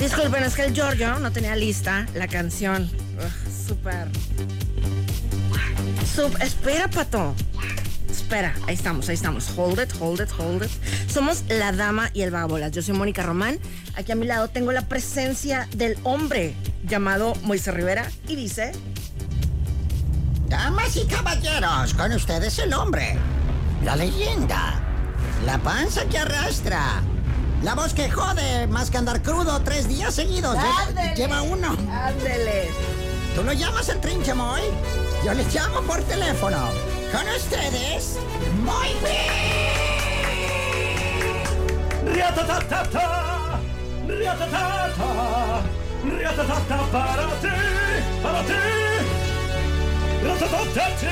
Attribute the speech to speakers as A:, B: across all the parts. A: Disculpen, es que el Giorgio no tenía lista la canción. Ugh, Súper. Sup- espera, pato. Espera, ahí estamos, ahí estamos. Hold it, hold it, hold it. Somos la dama y el vagabolas. Yo soy Mónica Román. Aquí a mi lado tengo la presencia del hombre llamado Moisés Rivera y dice.
B: Damas y caballeros, con ustedes el hombre, la leyenda, la panza que arrastra, la voz que jode más que andar crudo tres días seguidos. Lleva-
A: ¡Ándale!
B: Lleva uno.
A: ¡Ándele!
B: ¿Tú lo llamas el trinche, Moy? Yo le llamo por teléfono. Con ustedes, Moy
C: Riatatatata, riatatata, riatatata para ti, para ti. Ratatatati,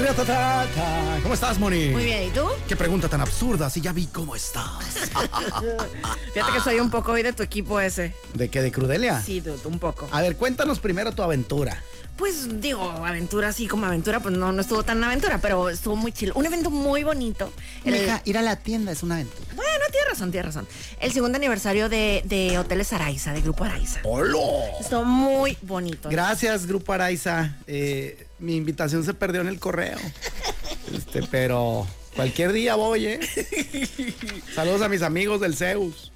C: riatatata. ¿Cómo estás, Moni?
A: Muy bien, ¿y tú?
C: Qué pregunta tan absurda, si ya vi cómo estás.
A: Fíjate que soy un poco hoy de tu equipo ese.
C: ¿De qué? ¿De Crudelia?
A: Sí, dude, un poco.
C: A ver, cuéntanos primero tu aventura.
A: Pues digo, aventura así como aventura, pues no, no estuvo tan aventura, pero estuvo muy chill. Un evento muy bonito. El-
C: Eh,
B: ir a la tienda es una aventura.
A: Bueno, tienes razón, tienes razón. El segundo aniversario de, de Hoteles Araiza, de Grupo Araiza.
C: ¡Holo!
A: Estuvo muy bonito.
C: Gracias, Grupo Araiza. Eh, mi invitación se perdió en el correo. Este, pero cualquier día voy, ¿eh? Saludos a mis amigos del Zeus.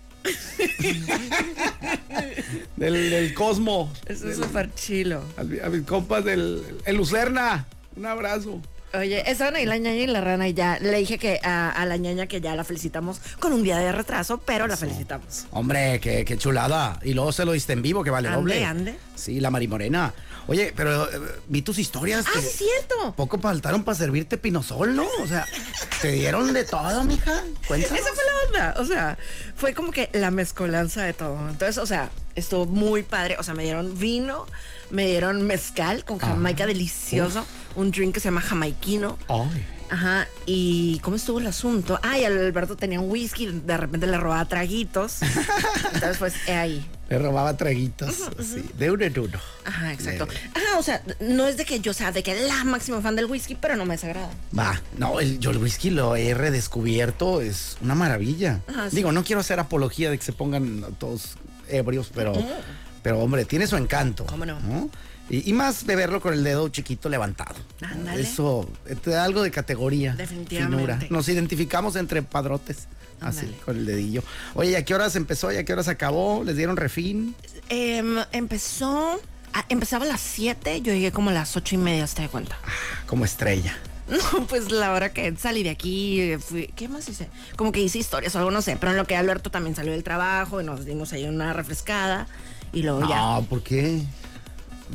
C: del, del Cosmo.
A: Eso es súper chilo.
C: A, mi- a mis compas del el Lucerna. Un abrazo.
A: Oye, estaban ahí la ñaña y la rana y ya le dije que a, a la ñaña que ya la felicitamos con un día de retraso, pero la felicitamos.
C: Hombre, qué, qué chulada. Y luego se lo diste en vivo, que vale
A: Ande,
C: doble.
A: ande.
C: Sí, la Marimorena. Oye, pero eh, vi tus historias.
A: ¡Ah,
C: que-
A: sí es cierto!
C: Poco faltaron para servirte pinosol, ¿no? O sea, te dieron de todo, mija. Cuéntanos.
A: Esa fue la onda, o sea, fue como que la mezcolanza de todo. Entonces, o sea, estuvo muy padre. O sea, me dieron vino, me dieron mezcal
C: Ah.
A: con jamaica delicioso, un drink que se llama jamaiquino.
C: Ay.
A: Ajá, ¿y cómo estuvo el asunto? Ay, Alberto tenía un whisky, de repente le robaba traguitos. Entonces, pues, he ahí.
C: Le robaba traguitos. así, de uno en uno.
A: Ajá, exacto. Ajá, o sea, no es de que yo sea de que la máxima fan del whisky, pero no me desagrada.
C: Va, no, el, yo el whisky lo he redescubierto, es una maravilla.
A: Ajá, Ah, sí.
C: Digo, no quiero hacer apología de que se pongan todos ebrios, pero, pero hombre, tiene su encanto.
A: Oh. ¿Cómo no?
C: Y, y más beberlo con el dedo chiquito levantado.
A: Ándale.
C: Eso te da algo de categoría.
A: Definitivamente.
C: finura. Nos identificamos entre padrotes. Así,
A: Ándale.
C: con el dedillo. Oye, ¿y ¿a qué horas empezó y a qué horas acabó? ¿Les dieron refín?
A: Em, empezó, a- empezaba a las 7, yo llegué como a las ocho y media, hasta de cuenta.
C: Ah, Como estrella.
A: No, pues la hora que salí de aquí, eh, fui, ¿qué más hice? Como que hice historias o algo, no sé, pero en lo que Alberto también salió del trabajo y nos dimos ahí una refrescada y luego ya.
C: No, ¿por qué?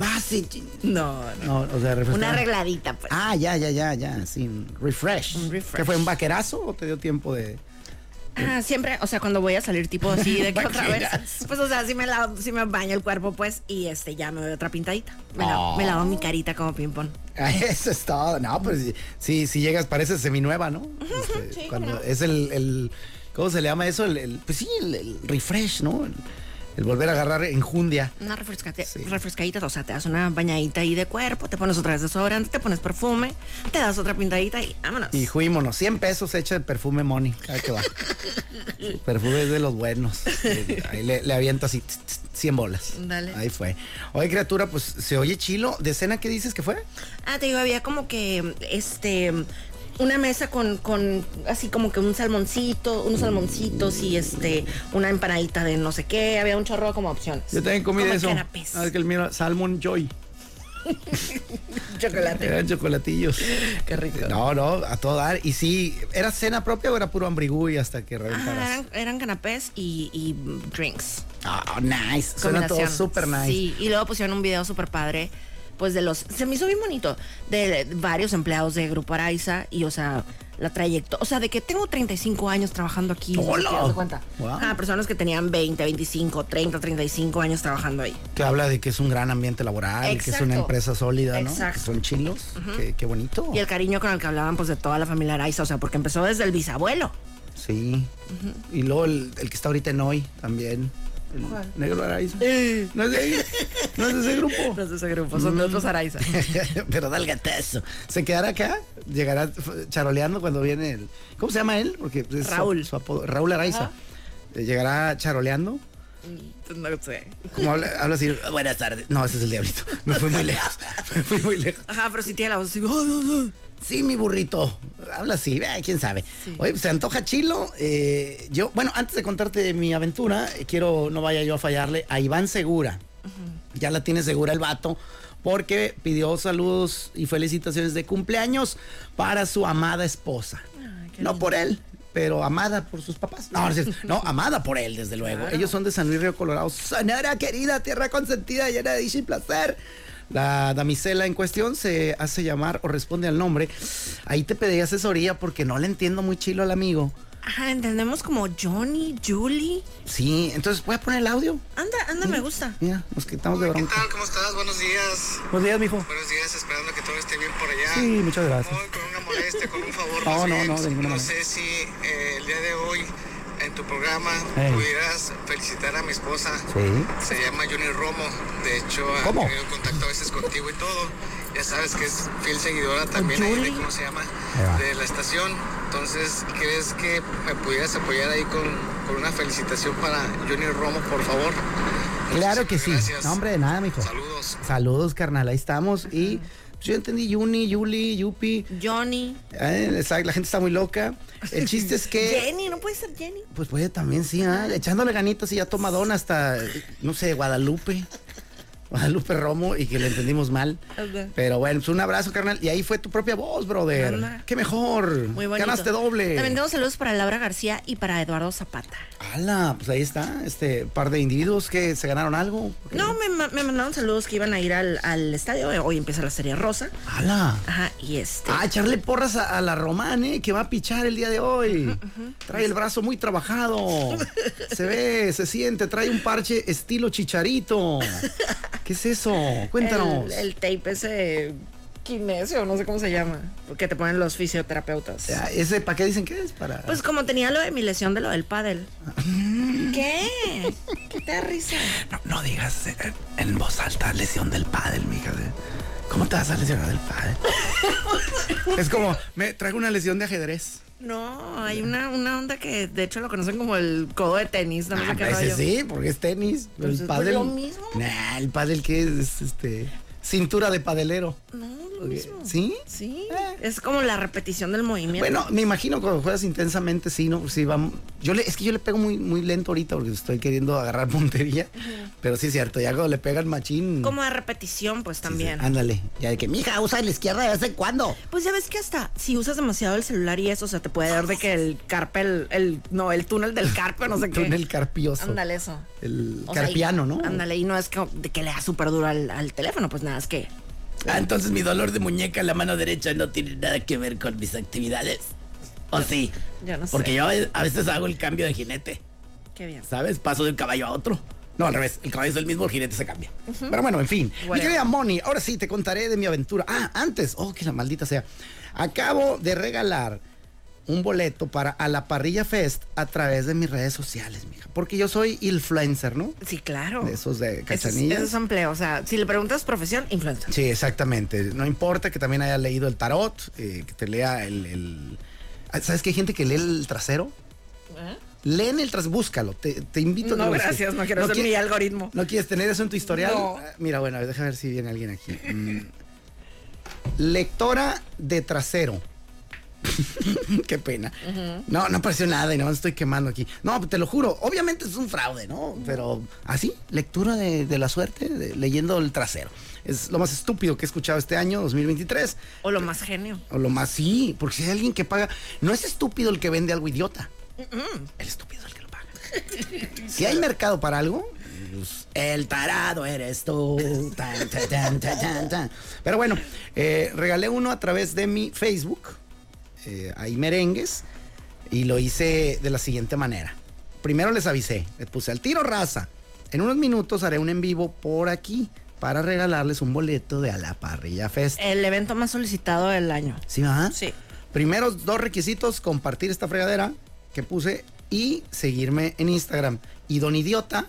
C: Va, sí.
A: Ah, No, no.
C: No, o sea, refrescante.
A: Una arregladita, pues.
C: Ah, ya, ya, ya, ya, sin refresh.
A: Un refresh.
C: ¿Qué fue un vaquerazo o te dio tiempo de
A: Ah, siempre, o sea, cuando voy a salir tipo así de que otra vez,
C: Vaqueras.
A: pues o sea, si me lavo, si me baño el cuerpo, pues, y este, ya me doy otra pintadita. Me, lavo,
C: Oh.
A: me lavo mi carita como ping pong.
C: eso es todo. No, pues, pero si, si, si llegas, parece seminueva, ¿no? Este,
A: Sí,
C: cuando
A: ¿cómo no?
C: es el, el- ¿cómo se le llama eso? El, el- pues sí, el, el refresh, ¿no? El, el volver a agarrar enjundia.
A: Una refrescate-
C: Sí.
A: refrescadita, o sea, te das una bañadita ahí de cuerpo, te pones otra vez desodorante, te pones perfume, te das otra pintadita y vámonos.
C: Y juímonos, 100 pesos echa de perfume Money, cada que va. Su perfume es de los buenos. Ahí le, le avienta así, tss, tss, 100 bolas.
A: Dale.
C: Ahí fue. Oye, criatura, pues se oye chilo. ¿De cena qué dices que fue?
A: Ah, te digo, había como que, este, una mesa con, con, así como que un salmoncito, unos salmoncitos y este, una empanadita de no sé qué, había un chorro como opciones.
C: Yo también comí
A: Como
C: de eso.
A: canapés.
C: A ver que el mío, Salmon Joy.
A: Chocolate.
C: Eran chocolatillos.
A: Qué rico.
C: No, no, a todo dar. Y sí, ¿era cena propia o era puro ambrigui hasta que
A: Ajá,
C: reventaras?
A: eran, eran canapés y, y drinks.
C: Ah, nice. Suena todo
A: Combinación.
C: súper nice.
A: Sí, y luego pusieron un video súper padre. Pues de los, se me hizo bien bonito, de varios empleados de Grupo Araiza y, o sea, la trayectoria. O sea, de que tengo 35 años trabajando aquí.
C: ¡Hola!
A: ¿Te das cuenta?
C: Wow.
A: Ah, personas que tenían 20, 25, 30, 35 años trabajando ahí.
C: Que habla de que es un gran ambiente laboral, que es una
A: Exacto.
C: empresa sólida, ¿no?
A: Exacto.
C: Son chilos. qué, qué bonito.
A: Y el cariño con el que hablaban, pues, de toda la familia Araiza. O sea, porque empezó desde el bisabuelo.
C: Sí. Y luego el, el que está ahorita en hoy también. El Negro Araiza.
A: Eh.
C: No es de ahí. No es de ese grupo.
A: No es de Pues, ese grupo, son de otros Araiza.
C: Pero da el gatazo. ¿Se quedará acá? ¿Llegará f- charoleando cuando viene el. ¿Cómo se llama él? Porque es su-
A: Raúl.
C: su apodo- Raúl Araiza. Eh, ¿Llegará charoleando?
A: Pues, No sé.
C: Como habla, habla así, "Oh, buenas tardes. No, ese es el diablito. Me fui muy lejos. Me fui muy lejos.
A: Ajá, pero sí tiene la voz así. "Oh, oh, oh".
C: Sí, mi burrito. Habla así, eh, quién sabe. Oye, pues, se antoja chilo. Eh, yo, bueno, antes de contarte mi aventura, eh, quiero, no vaya yo a fallarle, a Iván Segura. Ya la tiene segura el vato, porque pidió saludos y felicitaciones de cumpleaños para su amada esposa. no por él, pero amada por sus papás. No, no, es cierto. No, amada por él, desde luego. Ellos son de San Luis Río Colorado. Sonora, querida, tierra consentida, llena de dicha y placer. La damisela en cuestión se hace llamar o responde al nombre. Ahí te pedí asesoría porque no le entiendo muy chilo al amigo.
A: Ajá, entendemos como Johnny, Julie.
C: Sí, entonces voy a poner el audio.
A: Anda, anda,
C: Mm.
A: me gusta.
C: Mira, nos quitamos de
D: Hola, ¿Qué
C: bronca.
D: tal? ¿Cómo estás? Buenos días.
C: Buenos días, mijo.
D: Buenos días, esperando que todo esté bien por allá.
C: Sí, muchas gracias.
D: Hoy con una molestia, con un favor.
C: No,
D: más
C: no,
D: bien.
C: no, de ninguna
D: No
C: manera.
D: sé si eh, el día de hoy en tu programa
C: Ey.
D: pudieras felicitar a mi esposa.
C: Sí.
D: Se llama Juni Romo. De hecho, ha
C: ¿Cómo?
D: tenido contacto a veces contigo y todo. Ya sabes que es fiel seguidora también ahí de,
A: Yuri.
D: ¿cómo se llama?
C: Ahí va.
D: De la estación. Entonces, ¿crees que me pudieras apoyar ahí con, con una felicitación para Juni Romo, por favor?
C: Claro que
D: Muchísimas
C: sí.
D: gracias.
C: No, hombre, de nada, mijo.
D: Saludos.
C: Saludos, carnal. Ahí estamos. Y pues, yo entendí Yuni, Yuli, Yupi.
A: Johnny.
C: Eh, está- la gente está muy loca. El chiste es que.
A: Jenny, no puede ser Jenny.
C: Pues puede también, sí, ah, echándole ganitas y ya tomadón hasta, no sé, Guadalupe. Guadalupe Romo y que le entendimos mal.
A: Ok.
C: Pero bueno, pues un abrazo, carnal. Y ahí fue tu propia voz, brother.
A: Anda.
C: Qué mejor.
A: Muy bonito.
C: Ganaste doble.
A: También tengo saludos para Laura García y para Eduardo Zapata.
C: Ala, pues ahí está, este par de individuos que se ganaron algo. Porque-
A: No, me, ma- me mandaron saludos que iban a ir al, al estadio. eh, Hoy empieza la Serie Rosa.
C: Ala.
A: Ajá, y este.
C: Ah, echarle porras a, a la Román, ¿eh? Que va a pichar el día de hoy. Trae el brazo muy trabajado. se ve, se siente, trae un parche estilo chicharito. ¿Qué es eso? Cuéntanos.
A: El, el tape ese kinesio, no sé cómo se llama. Que te ponen los fisioterapeutas.
C: Ah, ¿Ese para qué dicen que es? Para.
A: Pues como tenía lo de mi lesión de lo del pádel. ¿Qué? ¿Qué te da risa?
C: no, no digas eh, en voz alta lesión del pádel, mija. eh. ¿Cómo te vas a lesionar del pádel? es como, me traigo una lesión de ajedrez.
A: No, hay una, una onda que de hecho lo conocen como el codo de tenis, no,
C: Ah,
A: sé qué
C: ese
A: rollo.
C: sí, porque es tenis. pero
A: Entonces,
C: el
A: pues,
C: pádel.
A: lo mismo.
C: Nah, el pádel que es, es, este. Cintura de padelero.
A: No, lo
C: Ok,
A: mismo.
C: Eh, ¿Sí?
A: Sí.
B: Eh.
A: Es como la repetición del movimiento.
C: Bueno, me imagino cuando juegas intensamente, sí, ¿no? Sí, va- yo le, es que yo le pego muy, muy lento ahorita porque estoy queriendo agarrar puntería. Pero sí es cierto, ya cuando le pegan machín.
A: como de repetición, pues también.
B: Ah.
C: Ándale.
B: Ya de que, mija, usa la izquierda de vez en cuando.
A: Pues ya ves que hasta si usas demasiado el celular y eso, o sea, te puede dar de que el carpe, el, el- no, el túnel del carpe, no sé qué.
C: Túnel carpioso.
A: Ándale eso.
C: El
A: O sea,
C: carpiano,
A: y-
C: ¿no?
A: Ándale, y no es que, de que le da súper duro al, al teléfono, pues nada, es que
B: Ah, entonces mi dolor de muñeca en la mano derecha no tiene nada que ver con mis actividades. ¿O sí?
A: yo no sé.
B: Porque yo a veces hago el cambio de jinete,
A: Qué bien.
B: ¿sabes? Paso de un caballo a otro. No, al revés. El caballo es el mismo, el jinete se cambia.
C: Pero bueno, en fin. Mi
A: Whatever.
C: querida Moni, ahora sí te contaré de mi aventura. Ah, antes, oh, que la maldita sea. Acabo de regalar un boleto para a la parrilla fest a través de mis redes sociales, mija. Porque yo soy influencer, ¿no?
A: Sí, claro.
C: De esos de
A: Eso es-
C: cachanillas.
A: Eso es empleo. O sea, si le preguntas profesión, influencer.
C: Sí, exactamente. No importa que también haya leído el tarot, eh, que te lea el, el- Ah, ¿Sabes que hay gente que lee el trasero? Leen el trasero, búscalo. Te, te invito
A: ¿Eh? No,
C: digo, es que-
A: gracias, no quiero hacer
C: quie-
A: mi algoritmo.
C: ¿No quieres tener eso en tu historial?
A: No.
C: Ah, Mira, bueno, déjame ver si viene alguien aquí. Mm. Lectora de trasero. Qué pena. No, no apareció nada y no estoy quemando aquí. No, te lo juro, obviamente es un fraude, ¿no? Pero así, lectura de, de la suerte, de- leyendo el trasero. Es lo más estúpido que he escuchado este año, 2023.
A: O lo más genio.
C: O lo más sí, porque si hay alguien que paga, no es estúpido el que vende algo idiota. El estúpido es el que lo paga. si hay mercado para algo, pues, el tarado eres tú. Tan, tan, tan, tan, tan, tan. Pero bueno, eh, regalé uno a través de mi Facebook. eh, hay merengues y lo hice de la siguiente manera. Primero les avisé, les puse al tiro raza. En unos minutos haré un en vivo por aquí para regalarles un boleto de a la parrilla fest.
A: El evento más solicitado del año.
C: ¿Sí, ah? mamá?
A: Sí.
C: Primeros dos requisitos, compartir esta fregadera que puse y seguirme en Instagram. Y Don Idiota,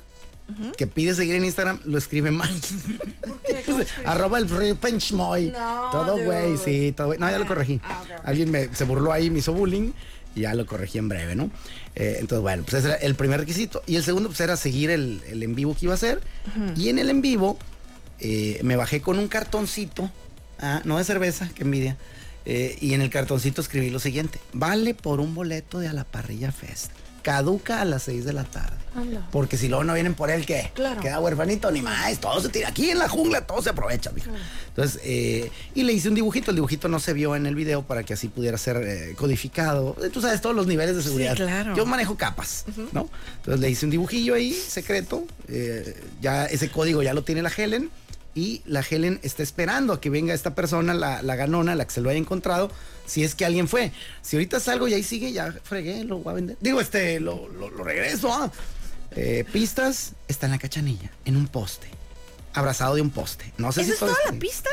C: que pide seguir en Instagram, lo escribe mal. Arroba el repenchmoy.
A: No,
C: todo
A: dude.
C: güey, sí, todo güey. No, ya lo corregí.
A: Ah, ok, ok.
C: Alguien me, se burló ahí, me hizo bullying y ya lo corregí en breve, ¿no? Eh, entonces, bueno, pues ese era el primer requisito. Y el segundo, pues era seguir el, el en vivo que iba a hacer. Y en el en vivo, eh, me bajé con un cartoncito, ah, no de cerveza, que envidia. eh, y en el cartoncito escribí lo siguiente: Vale por un boleto de a la parrilla fest. Caduca a las 6 de la tarde.
A: Anda.
C: Porque si luego no vienen por él, ¿qué?
A: Claro.
C: Queda huerfanito ni más. Todo se tira. Aquí en la jungla todo se aprovecha, mija. Entonces, eh, y le hice un dibujito. El dibujito no se vio en el video para que así pudiera ser eh, codificado. Eh, Tú sabes todos los niveles de seguridad.
A: claro.
C: Yo manejo capas, ¿no? Entonces le hice un dibujillo ahí, secreto. Eh, ya ese código ya lo tiene la Helen. Y la Helen está esperando a que venga esta persona, la, la ganona, la que se lo haya encontrado, si es que alguien fue. Si ahorita salgo y ahí sigue, ya fregué, lo voy a vender. Digo, este, lo, lo- lo regreso. ah. Eh, pistas, está en la cachanilla, en un poste, abrazado de un poste. No sé
A: ¿Esa
C: si
A: es toda
C: todavía
A: la
C: está ahí.
A: pista?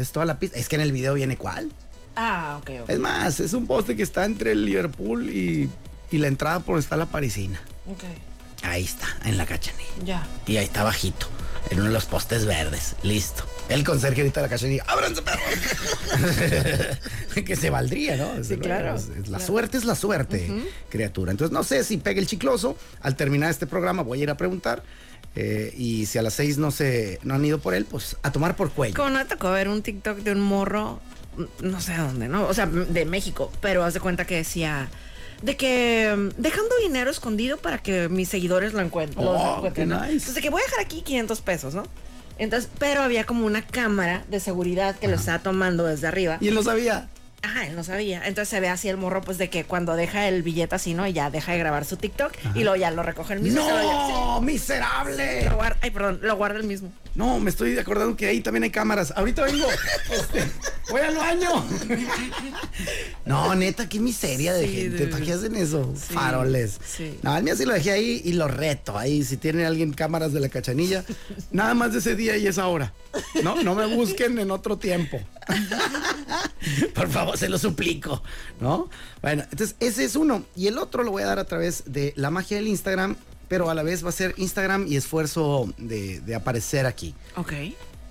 C: Es toda la pista. Es que en el video viene cuál.
A: Ah, ok, ok.
C: Es más, es un poste que está entre el Liverpool y, y la entrada por donde está la parisina.
A: Ok,
C: Ahí está, en la cachanilla.
A: ya.
C: Y ahí está bajito, en uno de los postes verdes. Listo. El conserje ahorita de la cachanilla. ¡Ábranse, perro! que se valdría, ¿no? Desde
A: Sí,
C: luego,
A: claro.
C: es- es la
A: Claro.
C: suerte es la suerte, criatura. Entonces, no sé si pegue el chicloso. Al terminar este programa, voy a ir a preguntar. eh, y si a las seis no se no han ido por él, pues a tomar por cuello.
A: Como no me tocó ver un TikTok de un morro, mm, no sé dónde, ¿no? O sea, m- de México, pero haz de cuenta que decía de que mm, dejando dinero escondido para que mis seguidores lo encuentren. los
C: Oh,
A: encuentren,
C: qué
A: ¿no?
C: nice.
A: Entonces, de que voy a dejar aquí 500 pesos, ¿no? Entonces, pero había como una cámara de seguridad que lo estaba tomando desde arriba.
C: Y él lo sabía.
A: Ajá, él no sabía. Entonces se ve así el morro, pues de que cuando deja el billete así, ¿no? Y ya deja de grabar su TikTok y luego ya lo recoge el mismo. y se lo lleva. Sí,
C: ¡No! ¡Miserable!
A: lo guarda- ay, perdón, lo guarda el mismo.
C: No, me estoy acordando que ahí también hay cámaras. Ahorita vengo. Este, voy al baño. No, neta, qué miseria de
A: Sí,
C: gente.
A: dude.
C: ¿Para qué hacen eso? Faroles.
A: sí.
C: No, el mío sí lo dejé ahí y lo reto. Ahí, si tiene alguien cámaras de la cachanilla, nada más de ese día y esa hora. No, no me busquen en otro tiempo. Por favor, se lo suplico, ¿no? Bueno, entonces ese es uno. Y el otro lo voy a dar a través de la magia del Instagram, pero a la vez va a ser Instagram y esfuerzo de, de aparecer aquí.
A: Ok.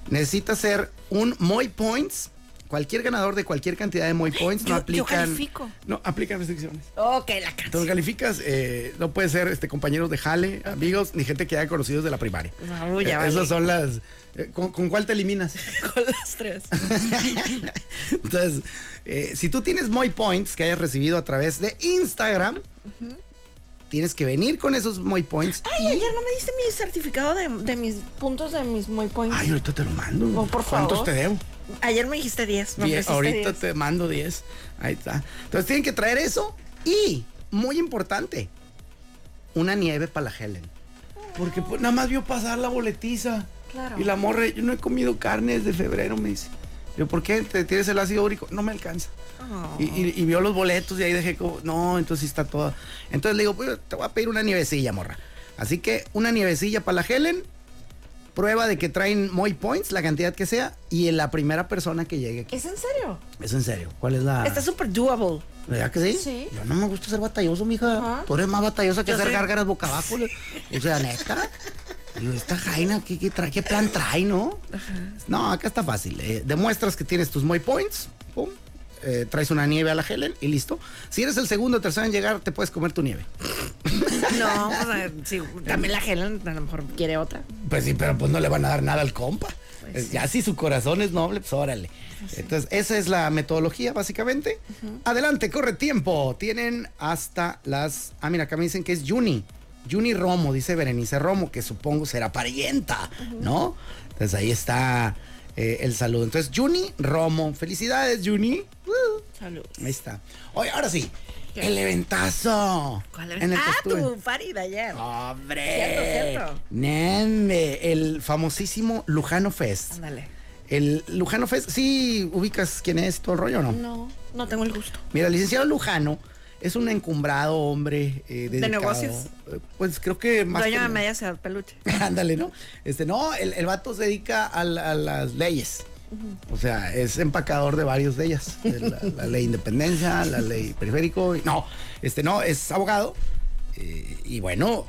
C: Necesita ser un Moy Points. Cualquier ganador de cualquier cantidad de Moy Points
A: Yo-
C: no
A: yo
C: aplican.
A: califico.
C: No, aplican restricciones.
A: Ok, la canción.
C: Entonces calificas, eh, no puede ser este compañeros de jale, amigos, ni gente que haya conocidos de la primaria.
A: No, ya
C: Eh,
A: vale.
C: Esas son las. eh, ¿con- ¿Con cuál te eliminas?
A: con las tres.
C: Entonces, eh, si tú tienes Moy Points que hayas recibido a través de Instagram, tienes que venir con esos Moy Points.
A: Ay, ayer no me diste mi certificado de, de mis puntos de mis muy points.
C: Ay, ahorita te lo mando.
A: No, por
C: ¿Cuántos
A: favor.
C: te debo?
A: ayer me dijiste 10. No me
C: Diez.
A: hiciste
C: ahorita
A: 10.
C: te mando 10. Ahí está. Entonces tienen que traer eso y, muy importante, una nieve para la Helen. Porque pues, nada más vio pasar la boletiza.
A: Claro.
C: Y la morre, yo no he comido carne desde febrero, me dice. Yo, ¿por qué? ¿Te tienes el ácido úrico? No me alcanza.
A: Oh.
C: Y, y- y vio los boletos y ahí dejé como, no, entonces sí está toda. Entonces le digo, pues te voy a pedir una nievecilla, morra. Así que una nievecilla para la Helen, prueba de que traen Moy Points, la cantidad que sea, y en la primera persona que llegue aquí.
A: ¿Es en serio?
C: Es en serio, ¿cuál es la...?
A: Está súper doable.
C: ¿Verdad que sí?
A: Sí.
C: Yo no me gusta ser batalloso, mija.
A: Ajá.
C: Tú eres más batallosa que
A: Yo
C: hacer
A: soy-
C: gárgaras boca abajo. le- O sea, neta. Digo, esta jaina, ¿qué, qué trae- qué plan trae, no? No, acá está fácil. eh, demuestras que tienes tus muy points, pum, eh, traes una nieve a la Helen y listo. Si eres el segundo o tercero en llegar, te puedes comer tu nieve.
A: No, o sea, sí, también la Helen a lo mejor quiere otra.
C: Pues sí, pero pues no le van a dar nada al compa.
A: Pues
C: Eh, Ya si su corazón es noble, pues órale. Entonces, esa es la metodología, básicamente. Adelante, corre tiempo. Tienen hasta las. Ah, mira, acá me dicen que es Juni. Juni Romo, dice Berenice Romo, que supongo será parienta, ¿no? Entonces ahí está eh, el saludo. Entonces, Juni Romo. Felicidades, Juni. Uh,
A: Salud.
C: ahí está. Oye, ahora sí. El eventazo.
A: ¿Cuál
C: en el
A: era?
C: que
A: Ah,
C: estuve. Ah.
A: tu party de ayer.
C: ¡Hombre!
A: Cierto, cierto.
C: Neme, el famosísimo Lujano Fest.
A: Ándale.
C: El Lujano Fest, sí, ubicas quién es y todo el rollo, ¿no?
A: No. No tengo el gusto.
C: Mira, el licenciado Lujano es un encumbrado hombre eh, dedicado,
A: negocios?
C: eh, Pues creo que más.
A: Dueño
C: que-
A: de media ciudad peluche.
C: Ándale, ¿no? Este, no, el, el vato se dedica a, la- a las leyes. O sea, es empacador de varias de ellas. De La, la ley independencia, la ley periférico. y- no, este no, es abogado. eh, y bueno,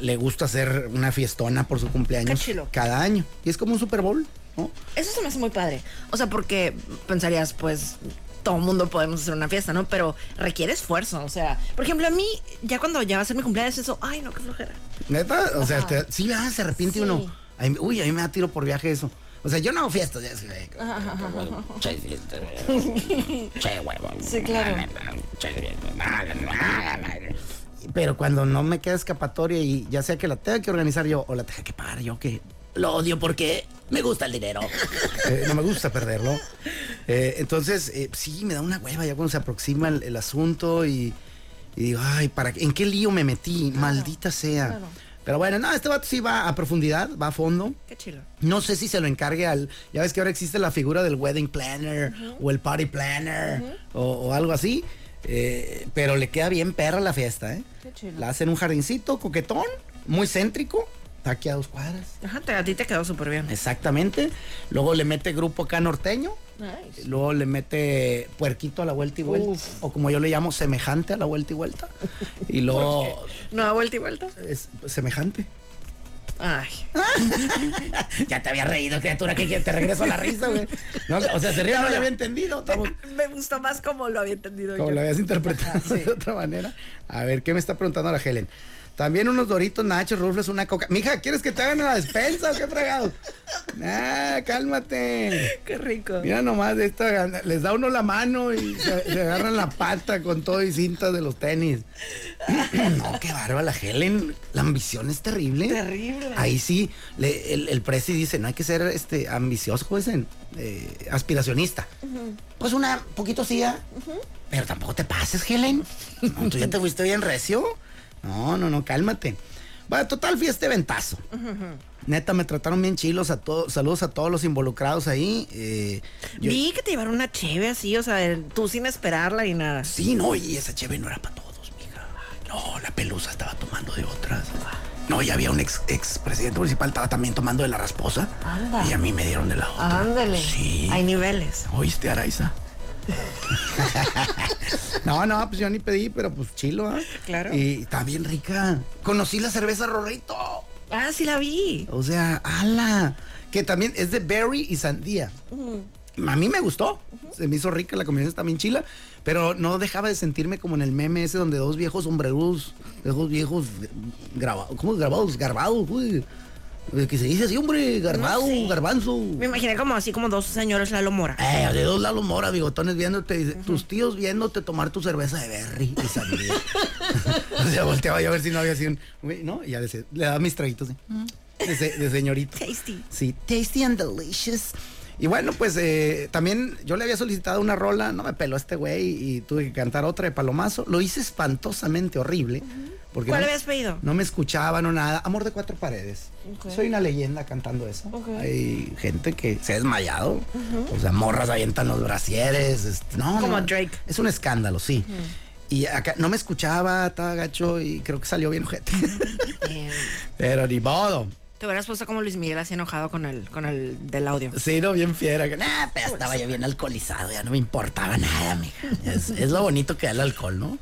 C: le gusta hacer una fiestona por su cumpleaños
A: Qué chilo.
C: cada año. Y es como un Super Bowl, ¿no?
A: Eso se me hace muy padre. O sea, porque pensarías, pues, todo mundo podemos hacer una fiesta, ¿no? Pero requiere esfuerzo. O sea, por ejemplo, a mí, ya cuando ya va a ser mi cumpleaños, eso, ay, no, qué flojera.
C: Neta, o sea, te- sí, ah, se arrepiente
A: Sí.
C: uno. A mí- uy, a mí me da tiro por viaje eso. O sea, yo no hago fiestas. ya sé, eh, che, fiesta, eh, che, huevo.
A: Sí, claro.
C: Che, fiesta, ah, ah, ah. Pero cuando no me queda escapatoria y ya sea que la tenga que organizar yo o la tenga que pagar yo, que lo odio porque me gusta el dinero. Eh, no me gusta perderlo. Eh, entonces, eh, sí, me da una hueva ya cuando se aproxima el, el asunto y, y digo, ay, ¿para qué- ¿en qué lío me metí? Maldita sea.
A: claro.
C: Pero bueno, no, este vato sí va a profundidad, va a fondo.
A: Qué chilo.
C: No sé si se lo encargue al. Ya ves que ahora existe la figura del wedding planner o el party planner o, o algo así. eh, pero le queda bien perra la fiesta, ¿eh?
A: Qué chido.
C: La hacen un jardincito coquetón, muy céntrico. Está aquí a dos cuadras.
A: Ajá, te- a ti te quedó súper bien.
C: Exactamente. Luego le mete grupo acá norteño.
A: Nice.
C: Luego le mete puerquito a la vuelta y vuelta.
A: Uf.
C: O como yo le llamo, semejante a la vuelta y vuelta. Y luego.
A: ¿No da vuelta y vuelta?
C: Es semejante.
A: Ay.
C: Ya te había reído, criatura, que te regreso a la risa, güey. No, o sea, se ríe, no lo había entendido. estamos-
A: Me gustó más como lo había entendido
C: como
A: yo.
C: lo habías interpretado
A: Ajá, sí.
C: de otra manera. A ver, ¿qué me está preguntando la Helen? También unos doritos, nachos, rufles, una coca. Mija, ¿quieres que te hagan la despensa o qué fregado? Ah, cálmate.
A: Qué rico.
C: Mira nomás, esta, les da uno la mano y se, se agarran la pata con todo y cintas de los tenis. No, qué barba la Helen. La ambición es terrible.
A: Terrible.
C: Ahí sí, le- el, el presi dice, no hay que ser este ambicioso, pues, en, eh, aspiracionista. Pues una, poquito sí, ¿ah? pero tampoco te pases, Helen. No, tú ya te fuiste bien recio. No, no, no, cálmate. Bueno, total, fui a este ventazo. Neta, me trataron bien chilos a todos. Saludos a todos los involucrados ahí. eh, yo-
A: Vi que te llevaron una cheve así, o sea, el- tú sin esperarla y nada.
C: Sí, no, y esa cheve no era para todos, mija. No, la pelusa estaba tomando de otras. No, y había un ex, presidente municipal, estaba también tomando de la rasposa.
A: Anda.
C: Y a mí me dieron de la otra.
A: Ándale.
C: Sí.
A: Hay niveles.
C: ¿Oíste, Araiza? no, no, pues yo ni pedí, pero pues chilo, ¿ah?
A: Claro.
C: Y está bien rica. Conocí la cerveza Rorrito.
A: Ah, sí la vi.
C: O sea, ala. Que también es de berry y sandía.
A: Mm.
C: A mí me gustó. Se me hizo rica la combinación también chila. Pero no dejaba de sentirme como en el meme ese donde dos viejos sombrerudos, dos viejos grabados, ¿cómo grabados? Garbados, uy. Eh, Que se dice así, hombre, garbado,
A: sé.
C: garbanzo.
A: Me imaginé como así como dos señores Lalo Mora.
C: Eh, de dos Lalo Mora, bigotones viéndote, dice, tus tíos viéndote tomar tu cerveza de berry y sandía. o sea, volteaba yo a ver si no había sido un... güey, ¿No? Y ya le, decía- le daba mis traguitos ¿sí? de, se- de señorito.
A: Tasty.
C: Sí, tasty and delicious. Y bueno, pues eh, también yo le había solicitado una rola, no me peló este güey y tuve que cantar otra de Palomazo. Lo hice espantosamente horrible. Porque
A: ¿Cuál
C: no-
A: habías pedido?
C: no me escuchaban o nada. Amor de cuatro paredes.
A: Ok.
C: Soy una leyenda cantando eso.
A: Ok.
C: Hay gente que se ha desmayado. O sea, morras avientan los brasieres. este, no,
A: Como
C: no,
A: Drake.
C: Es un escándalo, sí. Y acá no me escuchaba, estaba gacho y creo que salió bien ojete.
A: Bien.
C: Pero ni modo.
A: Te hubieras puesto como Luis Miguel así enojado con el, con el del audio.
C: Sí, no, bien fiera. que, Nah, pero estaba yo bien alcoholizado, ya no me importaba nada, mija. Es, es lo bonito que da el alcohol, ¿no?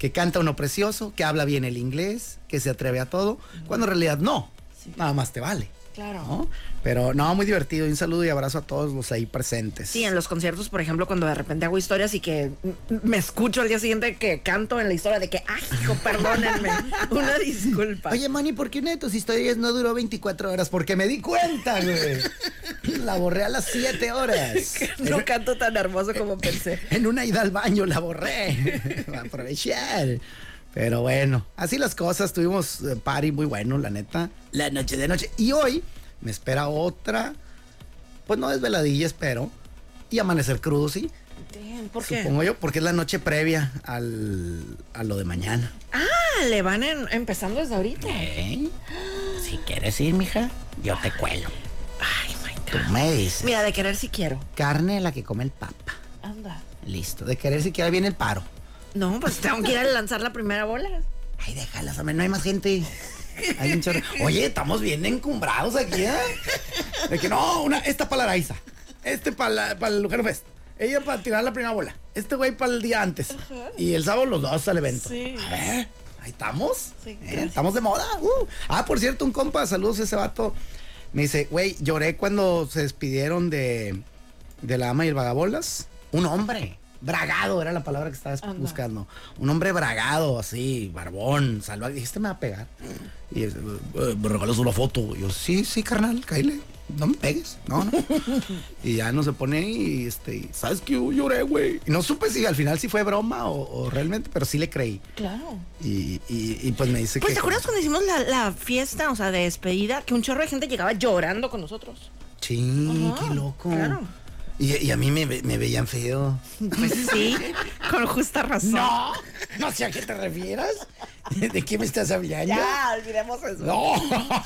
C: Que canta uno precioso, que habla bien el inglés, que se atreve a todo, cuando en realidad no. Nada más te vale.
A: Claro.
C: ¿no? Pero no, muy divertido. Y Un saludo y abrazo a todos los ahí presentes.
A: Sí, en los conciertos, por ejemplo, cuando de repente hago historias y que m- me escucho al día siguiente que canto en la historia de que, ay, hijo, perdónenme, una disculpa.
C: Oye, Moni, ¿por qué una de tus historias no duró 24 horas? Porque me di cuenta, güey. La borré a las 7 horas.
A: no canto tan hermoso como pensé.
C: En una ida al baño la borré. Va a aprovechar. Pero bueno, así las cosas. Tuvimos eh, party muy bueno, la neta. La noche de noche. Y hoy me espera otra. Pues no desveladilla, espero. Y amanecer crudo, sí.
A: ¿Por
C: Supongo yo, porque es la noche previa al, a lo de mañana.
A: Ah, le van en- empezando desde ahorita.
C: ¿Eh? Si quieres ir, mija, yo te cuelo.
A: Ay, my
C: Tú
A: God.
C: me dices.
A: Mira, de querer sí quiero.
C: Carne la que come el papa.
A: Anda.
C: Listo. De querer siquiera viene el paro.
A: No, pues tengo que ir a lanzar la primera bola.
C: Ay, déjalas, hombre, no hay más gente. Hay un chorro. Oye, estamos bien encumbrados aquí, ¿eh? De que no, una, esta para la Araiza, este para el Lujero Fest, ella para tirar la primera bola, este güey para el día antes. Y el sábado los dos al evento.
A: Sí.
C: A ver, ahí estamos.
A: Sí,
C: ¿eh?
A: gracias.
C: estamos de moda. uh. Ah, por cierto, un compa, saludos a ese vato. Me dice, güey, lloré cuando se despidieron de, de la ama y el vagabolas. Un hombre. Bragado era la palabra que estabas
A: Anda.
C: buscando. Un hombre bragado, así, barbón, salvaje. Dije, este me va a pegar. Y eh, eh, me regalas una foto. Y yo, sí, sí, carnal, cáile. No me pegues. No, no. y ya no se pone ahí, y este, ¿sabes qué? Yo lloré, güey. Y no supe si al final sí fue broma o, o realmente, pero sí le creí.
A: Claro.
C: Y, y- y, pues me dice
A: Pues
C: que.
A: te acuerdas cuando hicimos la, la fiesta, o sea, de despedida, que un chorro de gente llegaba llorando con nosotros.
C: Sí,
A: Ajá,
C: qué loco.
A: claro.
C: Y, y a mí me, ve- me veían feo.
A: Pues sí, con justa razón.
C: No, no sé a qué te refieras. ¿De qué me estás hablando?
A: olvidemos eso.
C: No.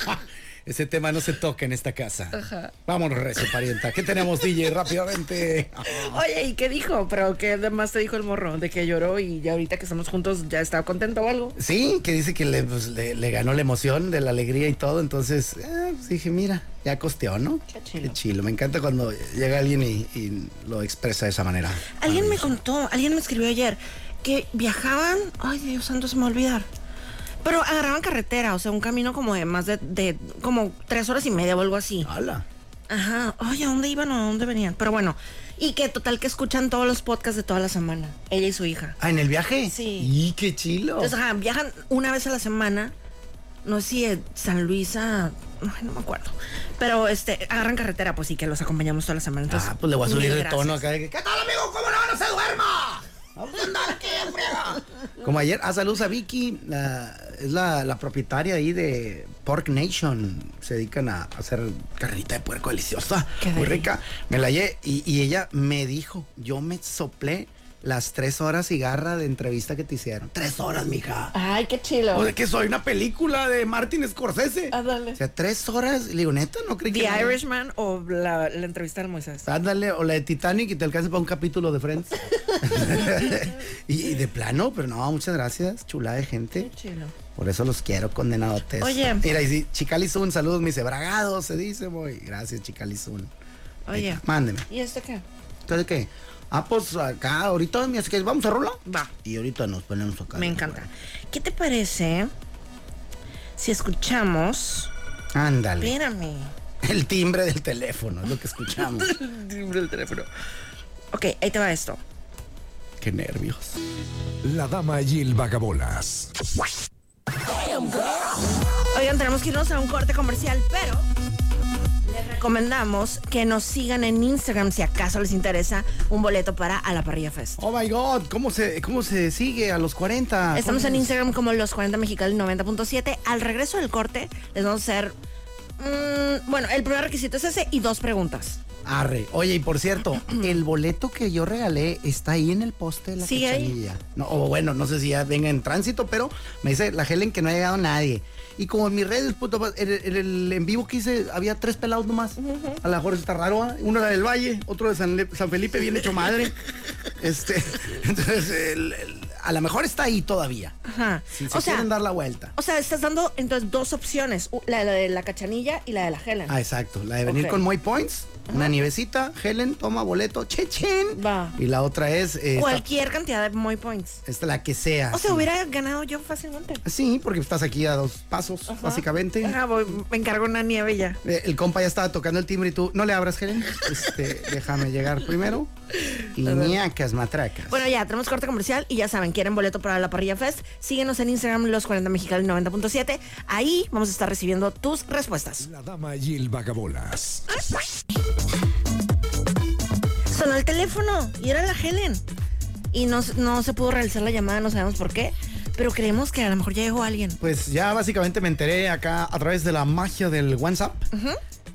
C: Ese tema no se toca en esta casa. Vámonos, rezo, parienta. ¿Qué tenemos, DJ? Rápidamente.
A: Oye, ¿y qué dijo? Pero qué además te dijo el morro, de que lloró y ya ahorita que estamos juntos ya está contento o algo.
C: Sí, que dice que le, pues, le- le ganó la emoción de la alegría y todo. Entonces, eh, pues, dije, mira, ya costeó, ¿no?
A: Qué chilo.
C: Me encanta cuando llega alguien y, y lo expresa de esa manera.
A: Alguien me contó, alguien me escribió ayer que viajaban, ay Dios santo, se me va a olvidar. Pero agarraban carretera, o sea, un camino como de más de, de como tres horas y media o algo así.
C: Hala.
A: Ajá, oye, ¿a dónde iban o a dónde venían? Pero bueno, y que total que escuchan todos los podcasts de toda la semana, ella y su hija.
C: Ah, ¿en el viaje?
A: Sí.
C: Y qué chilo.
A: Entonces, pues, ajá, viajan una vez a la semana, no sé si de San Luis a, ay, no me acuerdo, pero este, agarran carretera, pues sí, que los acompañamos toda la semana. Entonces,
C: ah, pues le voy a
A: mil
C: subir de
A: gracias.
C: tono acá. de que, ¿Qué tal, amigo? ¿Cómo no? ¡No se duerma! Vamos a andar aquí, en friega. Como ayer, ah, saludos a Vicky, la- es la, la propietaria ahí de Pork Nation. Se dedican a hacer carnita de puerco deliciosa,
A: Qué
C: muy
A: deli.
C: rica. Me la hallé y, y ella me dijo, yo me soplé las tres horas y garra de entrevista que te hicieron. Tres horas, mija.
A: Ay, qué chilo.
C: O sea, que soy una película de Martin Scorsese.
A: Ándale.
C: O sea, tres horas. Le digo, neta, no creí que...
A: Ah. The Irishman o la, la entrevista al Moisés.
C: Ándale, o la de Titanic y te alcanza para un capítulo de Friends. y, y de plano, pero no, muchas gracias, chulada de gente.
A: Chilo.
C: Por eso los quiero, condenadotes.
A: Oye.
C: Mira, y si Chicalizun, saludos, me dice, bragado, se dice, muy. Gracias, Chicalizun.
A: Oye.
C: Mándeme.
A: ¿Y esto qué?
C: ¿Entonces qué? Ah, pues acá, ahorita, mira, así que vamos a rola.
A: Va.
C: Y ahorita nos ponemos acá.
A: Me encanta. ¿Qué te parece si escuchamos?
C: Ándale.
A: Espérame.
C: El timbre del teléfono, es lo que escuchamos.
A: El teléfono. Ok, ahí te va esto.
C: qué nervios.
E: La dama y el vagabolas.
A: Oigan, tenemos que irnos a un corte comercial, pero les recomendamos que nos sigan en Instagram si acaso les interesa un boleto para A la Parrilla Fest.
C: Oh my God, ¿cómo se, cómo se sigue a los 40?
A: Estamos
C: ¿Cómo
A: en
C: Ah, es?
A: Instagram como los 40 Mexicali 90.7. Al regreso del corte, les vamos a hacer. mm, bueno, el primer requisito es ese y dos preguntas.
C: Arre. Oye, y por cierto, el boleto que yo regalé está ahí en el poste de la
A: ¿Sigue ahí?
C: cachanilla. No, o bueno, no sé si ya venga en tránsito, pero me dice la Helen que no ha llegado nadie. Y como en mis redes, puto, en el, en el en vivo que hice, había tres pelados nomás. A lo mejor está raro, ¿ah? uno era del Valle, otro de San, Le- San Felipe, bien hecho madre. este, entonces, el- el- a lo mejor está ahí todavía.
A: Ajá.
C: Si se
A: o sea,
C: quieren dar la vuelta.
A: o sea, estás dando entonces dos opciones: u- la, la de la cachanilla y la de la Helen.
C: Ah, exacto. La de venir
A: Ok.
C: con Moy Points, una nievecita, Helen, toma boleto, chechen.
A: Va.
C: Y la otra es. eh, esta-
A: Cualquier cantidad de Moy Points.
C: Esta la que sea.
A: O sea,
C: sí.
A: hubiera ganado yo fácilmente.
C: Sí, porque estás aquí a dos pasos, básicamente.
A: Ajá, voy- me encargo una nieve y ya.
C: Eh, El compa ya estaba tocando el timbre y tú, no le abras, Helen. Este, déjame llegar primero. Y ñacas, matracas.
A: Bueno, ya, tenemos corte comercial y ya saben, quieren boleto para la parrilla Fest, síguenos en Instagram los 40 Mexicali 90.7. Ahí vamos a estar recibiendo tus respuestas.
E: La dama y el vagabolas.
A: Sonó el teléfono y era la Helen. Y no, s- no se pudo realizar la llamada, no sabemos por qué, pero creemos que a lo mejor ya llegó alguien.
C: Pues ya básicamente me enteré acá a través de la magia del WhatsApp.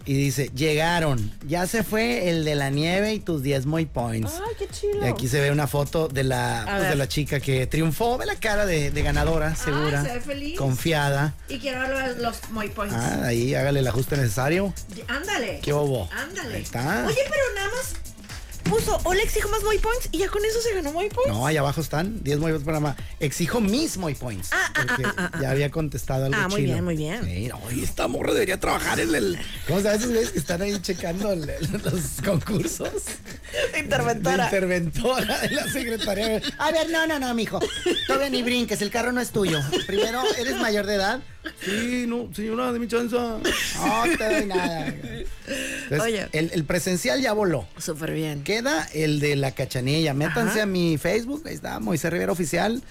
C: Y dice, llegaron. Ya se fue el de la nieve y tus 10 Moy Points.
A: Ay, qué chilo.
C: Y aquí se ve una foto de la, pues, de
A: ver.
C: la chica que triunfó. Ve la cara de, de ganadora, segura.
A: se ve feliz.
C: Confiada.
A: Y quiero ver los Moy Points.
C: Ah, ahí hágale el ajuste necesario.
A: Ándale.
C: ¿Qué hubo?
A: Ándale.
C: Ahí está.
A: Oye, pero nada más puso, hola, exijo más Moy Points y ya con eso se ganó Moy Points.
C: No, ahí abajo están 10 Moy Points para mamá. Exijo mis Moy Points.
A: Ah, ah,
C: porque
A: ah, ah, ah,
C: ya había contestado algo
A: Ah, muy
C: chilo.
A: bien, muy bien.
C: Sí, oye, esta morra debería trabajar en el. ¿Cómo se llama esos güeyes que están ahí checando el- el- los concursos?
A: Interventora.
C: La interventora de la secretaría.
B: A ver, no, no, no, mijo. Todavía ni brinques, el carro no es tuyo. Primero, eres mayor de edad.
C: Sí, no, señora, de mi chanza.
B: No te doy nada.
C: Entonces,
A: Oye.
C: El, el presencial ya voló.
A: Súper bien.
C: Queda el de la cachanilla. Métanse
A: Ajá.
C: a mi Facebook, ahí está, Moisés Rivera Oficial.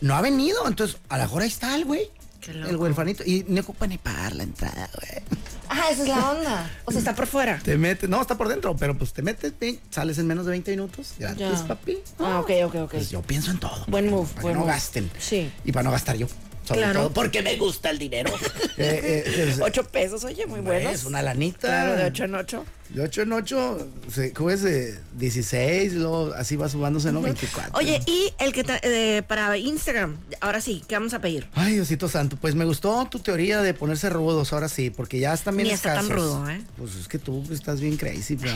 C: No ha venido, entonces a la hora ahí está el güey.
A: Qué loco.
C: El huerfanito. Y no ocupa ni pagar la entrada, güey.
A: Ah, esa es la onda. O sea, está por fuera.
C: Te metes, no, está por dentro, pero pues te metes, ve, sales en menos de 20 minutos. Gratis,
A: Ya.
C: papi.
A: Ah, ok, ok, ok.
C: Pues yo pienso en todo.
A: Buen move,
C: Para
A: buen
C: que no
A: move.
C: gasten.
A: Sí.
C: Y para no gastar yo. Sobre
A: Claro.
C: todo porque me gusta el dinero. Eh, eh, es-
A: Ocho pesos, oye, muy buenos.
C: Es una lanita.
A: Claro, de ocho en ocho.
C: De 8 en 8, se es de 16, luego así va subándose, ¿no? 24.
A: Oye, y el que ta- eh, para Instagram, ahora sí, ¿qué vamos a pedir?
C: Ay, Diosito Santo, pues me gustó tu teoría de ponerse rudos ahora sí, porque ya están bien
A: Ni está tan
C: escasos.
A: rudo, ¿eh?
C: Pues es que tú estás bien crazy, pero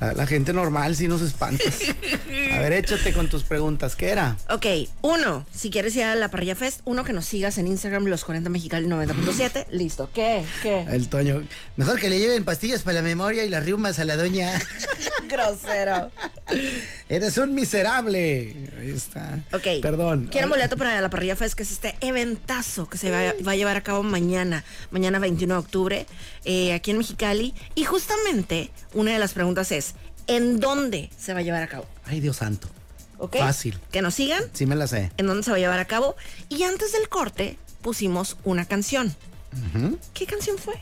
C: la, la gente normal sí nos espantas. a ver, échate con tus preguntas. ¿Qué era?
A: Ok, uno, si quieres ir a la parrilla fest, uno que nos sigas en Instagram, los 40 Mexicali 90.7. Listo, ¿qué? ¿Qué?
C: El Toño.
B: Mejor que le lleven pastillas para la memoria y las riumas a la doña.
A: Grosero.
C: Eres un miserable. Ahí está.
A: Ok.
C: Perdón.
A: Quiero boleto para la parrilla fest, que es este eventazo que se va, va a llevar a cabo mañana, mañana 21 de octubre, eh, aquí en Mexicali. Y justamente una de las preguntas es, ¿en dónde se va a llevar a cabo?
C: Ay, Dios santo.
A: ¿Ok?
C: Fácil.
A: Que nos sigan
C: Sí me la sé.
A: en dónde se va a llevar a cabo. Y antes del corte pusimos una canción. ¿Qué canción fue?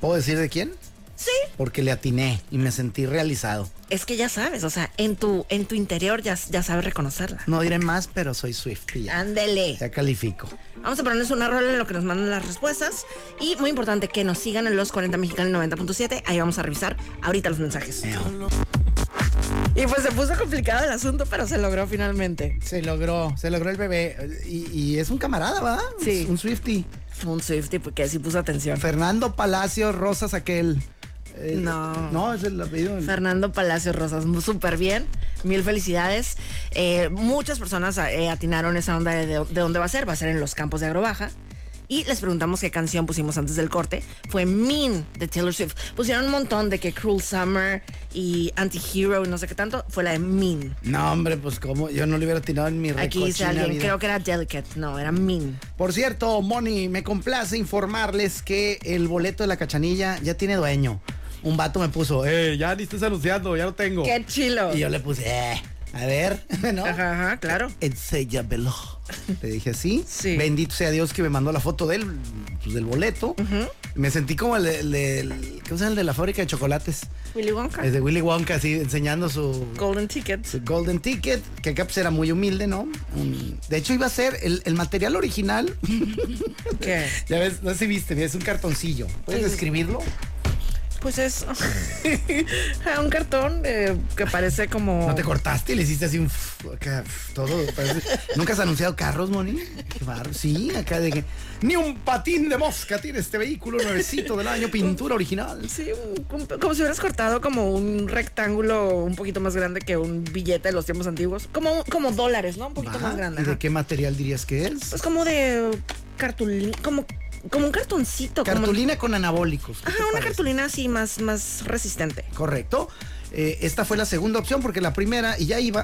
C: ¿Puedo decir de quién?
A: Sí.
C: Porque le atiné y me sentí realizado.
A: Es que ya sabes, o sea, en tu, en tu interior ya, ya sabes reconocerla.
C: No diré más, pero soy Swift y
A: Ah.
C: ya,
A: Ándele.
C: ya califico.
A: Vamos a ponerles una rola en lo que nos mandan las respuestas. Y muy importante, que nos sigan en los 40 mexicanos 90.7. Ahí vamos a revisar ahorita los mensajes. Y pues se puso complicado el asunto, pero se logró finalmente.
C: Se logró, se logró el bebé. Y, y es un camarada, ¿verdad?
A: Sí.
C: Es Un Swifty.
A: Un Swifty, porque sí puso atención.
C: Fernando Palacios Rosas aquel. Eh,
A: No.
C: No, es el apellido.
A: Fernando Palacios Rosas, mu- súper bien. Mil felicidades. Eh, muchas personas eh, atinaron esa onda de, de dónde va a ser. Va a ser en los campos de Agrobaja. Y les preguntamos qué canción pusimos antes del corte. Fue Mean de Taylor Swift. Pusieron un montón de que Cruel Summer y Anti-Hero y no sé qué tanto. Fue la de Mean.
C: No, hombre, pues como yo no le hubiera tirado en mi
A: Aquí dice
C: recochina
A: alguien,
C: vida.
A: creo que era Delicate. No, era Mean.
C: Por cierto, Moni, me complace informarles que el boleto de la cachanilla ya tiene dueño. Un vato me puso, eh, ya ni estás anunciando, ya lo tengo.
A: ¡Qué chilo!
C: Oh. Y yo le puse, eh, a ver, ¿no?
A: Ajá, ajá, claro.
C: enséñamelo. Le dije así.
A: Sí.
C: Bendito sea Dios que me mandó la foto del, pues, del boleto. Me sentí como el, de- el de- el- ¿cómo se llama? El de la fábrica de chocolates.
A: Willy Wonka.
C: El de Willy Wonka, así enseñando su,
A: Golden Ticket.
C: su Golden Ticket, que acá pues era muy humilde, ¿no? Un- de hecho, iba a ser el, el material original.
A: ¿Qué?
C: ya ves, no sé si viste, mira, es un cartoncillo. ¿Puedes
A: Sí.
C: describirlo?
A: Pues es un cartón eh, que parece como...
C: No te cortaste y le hiciste así un f- acá, f- todo. parece- ¿Nunca has anunciado carros, Moni? Qué barro. Sí, acá de que. Ni un patín de mosca tiene este vehículo nuevecito del año, pintura original.
A: Sí, un- un- como si hubieras cortado como un rectángulo un poquito más grande que un billete de los tiempos antiguos. Como, como dólares, ¿no? Un poquito
C: Va,
A: más grande.
C: ¿y ¿De
A: ajá.
C: qué material dirías que es?
A: Pues como de cartulina, como, como un cartoncito. como-
C: Cartulina con anabólicos. ¿qué te
A: ajá, una
C: parece?
A: cartulina así más, más resistente.
C: Correcto. Eh, esta fue la segunda opción porque la primera y ya iba.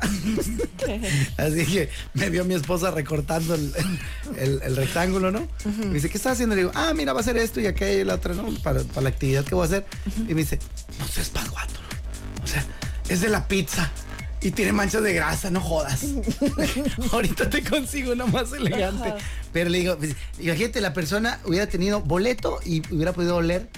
C: Así que me vio mi esposa recortando el, el- el rectángulo, ¿no? Me dice, ¿qué estás haciendo? Le digo, ah, mira, va a ser esto y acá y la otra, ¿no? Para, para la actividad que voy a hacer. Y me dice, no seas pasguato. O sea, es de la pizza. Y tiene manchas de grasa, no jodas. Ahorita te consigo una más elegante. Pero le digo, pues, imagínate, la persona hubiera tenido boleto y hubiera podido oler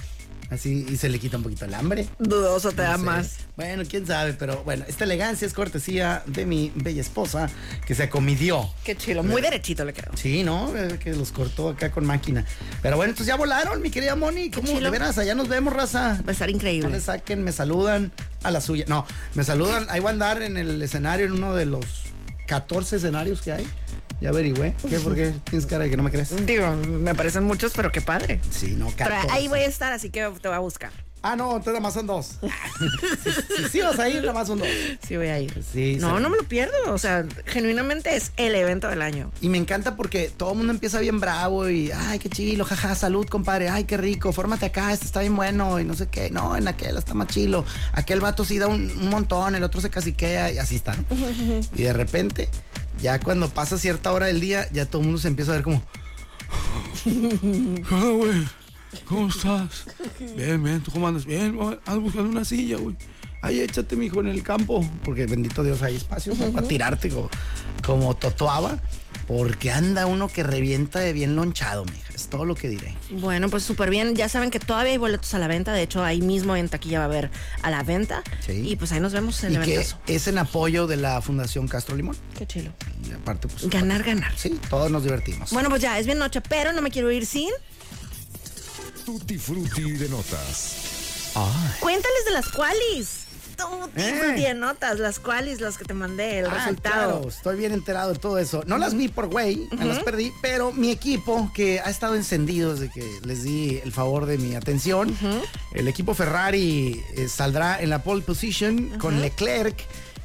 C: así y se le quita un poquito el hambre.
A: Dudoso te da
C: No sé.
A: más.
C: Bueno, quién sabe, pero bueno, esta elegancia es cortesía de mi bella esposa que se acomidió.
A: Qué chilo, muy derechito le quedó.
C: Sí, ¿no? Eh, Que los cortó acá con máquina. Pero bueno, entonces ya volaron, mi querida Moni. ¿Cómo?
A: chilo.
C: De veras, allá nos vemos, raza.
A: Va a estar
C: No
A: increíble.
C: le saquen, me saludan a la suya. No, me saludan. Ahí voy a andar en el escenario, en uno de los 14 escenarios que hay. Ya averigüé. ¿Qué? ¿Por qué? ¿Tienes cara de que no me crees?
A: Digo, me parecen muchos, pero qué padre.
C: Sí, no,
A: Pero
C: 14.
A: ahí voy a estar, así que te voy a buscar.
C: Ah, no, entonces nada más son dos. si, si- si vas a ir, nada más son dos.
A: Sí, voy a ir.
C: Sí,
A: no,
C: sí.
A: no me lo pierdo. O sea, genuinamente es el evento del año.
C: Y me encanta porque todo el mundo empieza bien bravo y, ay, qué chilo, jaja, salud, compadre, ay, qué rico, fórmate acá, este está bien bueno y no sé qué, no, en aquel está más chilo, aquel vato sí da un, un montón, el otro se caciquea y así está. ¿no? y de repente, ya cuando pasa cierta hora del día, ya todo el mundo se empieza a ver como,
F: Ah, güey. ¿Cómo estás? Bien, bien, ¿tú cómo andas? Bien, güey. Ando buscando una silla, güey.
C: ay, échate, mijo, en el campo, porque bendito Dios hay espacio ¿no? para tirarte como, como totoaba, porque anda uno que revienta de bien lonchado, mija, es todo lo que diré.
A: Bueno, pues súper bien. Ya saben que todavía hay boletos a la venta. De hecho, ahí mismo en taquilla va a haber a la venta.
C: Sí.
A: Y pues ahí nos vemos en
C: Y
A: el
C: que
A: evento.
C: es en apoyo de la Fundación Castro Limón.
A: Qué chilo.
C: Y aparte, pues.
A: Ganar, ganar.
C: Sí, todos nos divertimos.
A: Bueno, pues ya, es bien noche, pero no me quiero ir sin.
E: Tutti frutti de notas.
A: Cuéntales de las cualis. Tú
C: Eh.
A: tienes notas, las cualis, las que te mandé, el
C: Ah,
A: resultado.
C: claro, estoy bien enterado de todo eso. No las vi por güey, me las perdí, pero mi equipo, que ha estado encendido desde que les di el favor de mi atención, el equipo Ferrari eh, saldrá en la pole position con Leclerc,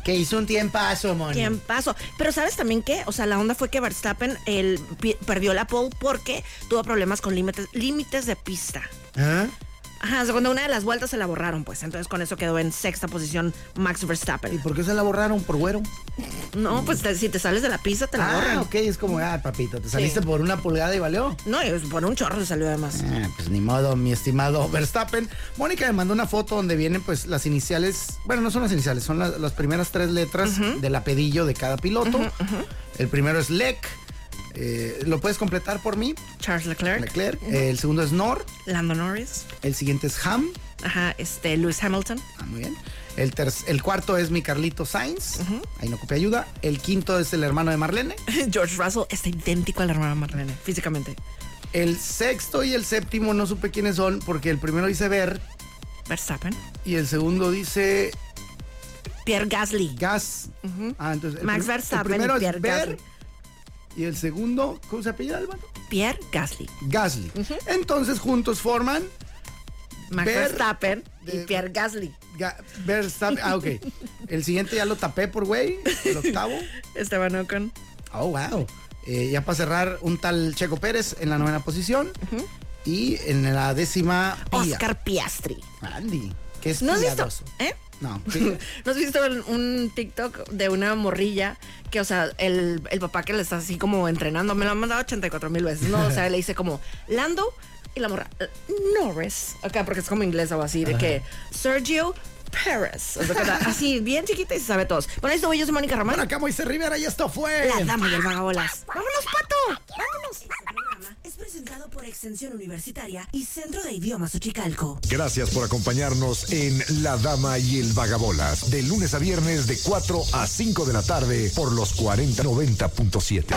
C: que hizo un tiempazo, Moni.
A: Quien paso. Pero ¿sabes también qué? O sea, la onda fue que Verstappen él, pi- perdió la pole porque tuvo problemas con límites, límites de pista.
C: ¿Ah?
A: Ajá, o sea, cuando una de las vueltas se la borraron, pues. Entonces con eso quedó en sexta posición Max Verstappen.
C: ¿Y por qué se la borraron por güero?
A: No, pues te- si te sales de la pista te la borran.
C: Ah, ok, es como, ah, papito, te saliste por una pulgada y valió.
A: No, y es por un chorro se salió además.
C: Ah, pues ni modo, mi estimado Verstappen. Mónica me mandó una foto donde vienen pues las iniciales, bueno, no son las iniciales, son la- las, primeras tres letras del apellido de cada piloto. El primero es Lec, eh, lo puedes completar por mí,
A: Charles Leclerc,
C: Leclerc. Eh, el segundo es Nor,
A: Lando Norris,
C: el siguiente es Ham,
A: ajá, este, Lewis Hamilton,
C: Ah, muy bien. El, terc- el cuarto es mi Carlito Sainz, ahí no copia ayuda. El quinto es el hermano de Marlene.
A: George Russell está idéntico a la hermana Marlene, físicamente.
C: El sexto y el séptimo no supe quiénes son porque el primero dice Ver
A: Verstappen,
C: y el segundo dice
A: Pierre Gasly,
C: Gas. Ah, entonces. el
A: Max
C: prim-
A: Verstappen
C: El primero
A: y
C: es
A: Pierre
C: Ver,
A: Gasly.
C: Y el segundo, ¿cómo se apellida el vato?
A: Pierre Gasly,
C: Gasly. Entonces juntos forman
A: Max
C: Ver-
A: Verstappen y
C: de-
A: Pierre Gasly.
C: Ga- Verstappen. Ah, ok. El siguiente ya lo tapé por güey. El octavo.
A: Esteban Ocon,
C: Oh, wow. Eh, ya para cerrar, un tal Checo Pérez en la novena posición. Y en la décima, Pía.
A: Oscar Piastri.
C: Andy. Que es
A: ¿No has visto?
C: piadoso.
A: ¿Eh?
C: No, sí.
A: ¿No has visto un, un TikTok de una morrilla que, o sea, el, el papá que le está así como entrenando, me lo han mandado 84 mil veces, ¿no? O sea, le dice como, Lando y la morra, eh, Norris, acá porque es como inglesa o así, de que Sergio Pérez, o sea, que la- así bien chiquita y se sabe todos. Bueno, esto voy yo, soy Mónica Román.
C: bueno, acá Moisés Rivera y esto fue.
A: La dama y el vagabolas. ¡Vámonos, pato! ¡Vámonos! Es presentado por Extensión Universitaria y Centro de Idiomas Uchicalco.
E: Gracias por acompañarnos en La Dama y el Vagabolas, de lunes a viernes de 4 a 5 de la tarde por los 4090.7.